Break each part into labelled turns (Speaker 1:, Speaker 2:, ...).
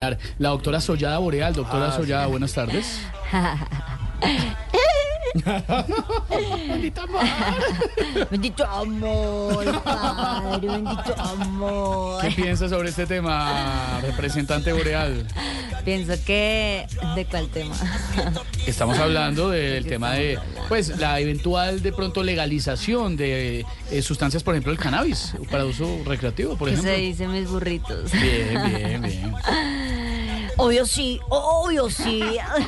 Speaker 1: sacar. La doctora Sollada Boreal. Doctora Sollada, buenas tardes. Bendita madre.
Speaker 2: Bendito amor, padre, bendito amor.
Speaker 1: ¿Qué piensas sobre este tema, representante Boreal?
Speaker 2: Pienso que... ¿De cuál tema?
Speaker 1: Estamos hablando del tema de, pues, la eventual, de pronto, legalización de eh, sustancias, por ejemplo, el cannabis para uso recreativo, por
Speaker 2: ¿Qué se
Speaker 1: ejemplo.
Speaker 2: dicen mis burritos?
Speaker 1: Bien, bien, bien.
Speaker 2: Obvio sí, obvio sí.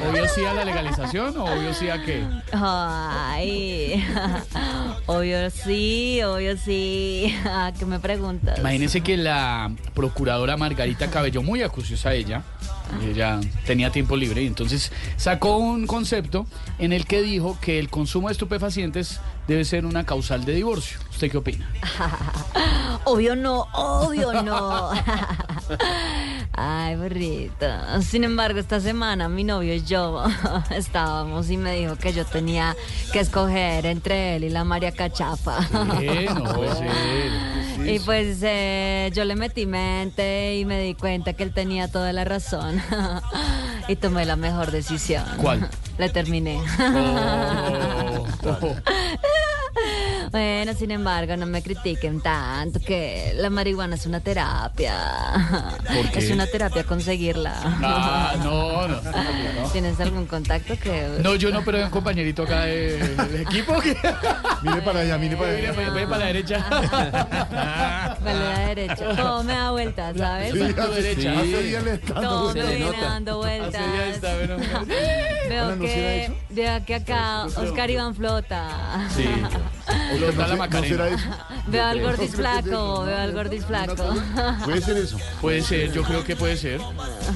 Speaker 1: ¿Obvio sí a la legalización o obvio sí a qué?
Speaker 2: Ay, obvio sí, obvio sí. Ah, ¿Qué me preguntas?
Speaker 1: Imagínense que la procuradora Margarita Cabello, muy acuciosa ella, ella tenía tiempo libre y entonces sacó un concepto en el que dijo que el consumo de estupefacientes debe ser una causal de divorcio. ¿Usted qué opina?
Speaker 2: Obvio no, obvio no. Ay, burrito. Sin embargo, esta semana mi novio y yo estábamos y me dijo que yo tenía que escoger entre él y la María Cachapa.
Speaker 1: Eh, no puede ser.
Speaker 2: Y pues eh, yo le metí mente y me di cuenta que él tenía toda la razón. y tomé la mejor decisión.
Speaker 1: ¿Cuál?
Speaker 2: Le terminé.
Speaker 1: Oh, oh.
Speaker 2: Bueno, sin embargo, no me critiquen tanto que la marihuana es una terapia.
Speaker 1: ¿Por qué?
Speaker 2: Es una terapia conseguirla.
Speaker 1: Ah, no, no, no.
Speaker 2: ¿Tienes algún contacto que.?
Speaker 1: No, yo no, pero hay un compañerito acá de- del equipo que...
Speaker 3: Mire para allá, mire para
Speaker 1: Mire,
Speaker 3: allá.
Speaker 1: ve- ve para la derecha.
Speaker 2: Vale, la derecha. Todo me da vueltas, ¿sabes?
Speaker 1: Sí. tu derecha.
Speaker 3: hace día le está dando
Speaker 2: Todo
Speaker 3: vueltas.
Speaker 2: me viene dando
Speaker 1: Así ya
Speaker 2: vueltas.
Speaker 1: está, bueno.
Speaker 3: Hola,
Speaker 2: Veo
Speaker 3: ¿no será
Speaker 2: que,
Speaker 3: eso?
Speaker 2: veo que acá Oscar Iván flota.
Speaker 1: Sí.
Speaker 3: Oiga,
Speaker 1: Lo da la
Speaker 3: ¿no se- ¿No será
Speaker 1: Macarena.
Speaker 3: eso?
Speaker 2: Veo al
Speaker 3: No creo que
Speaker 2: gordis
Speaker 3: sea eso,
Speaker 2: flaco,
Speaker 3: ¿no?
Speaker 2: veo al gordis flaco.
Speaker 3: Puede ser eso.
Speaker 1: Puede ser, Pues, eh, yo creo que puede ser.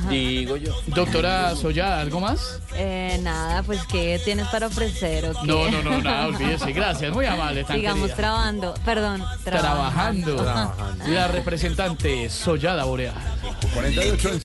Speaker 4: Digo yo.
Speaker 1: Doctora Sollada, ¿algo más?
Speaker 2: Eh, nada, pues, ¿qué tienes para ofrecer? o qué?
Speaker 1: No, no, no, nada, olvídese. Gracias, muy amable. tan
Speaker 2: Sigamos
Speaker 1: querida.
Speaker 2: trabajando. Perdón, trabajando.
Speaker 1: trabajando. La representante Sollada Boreal.
Speaker 3: 48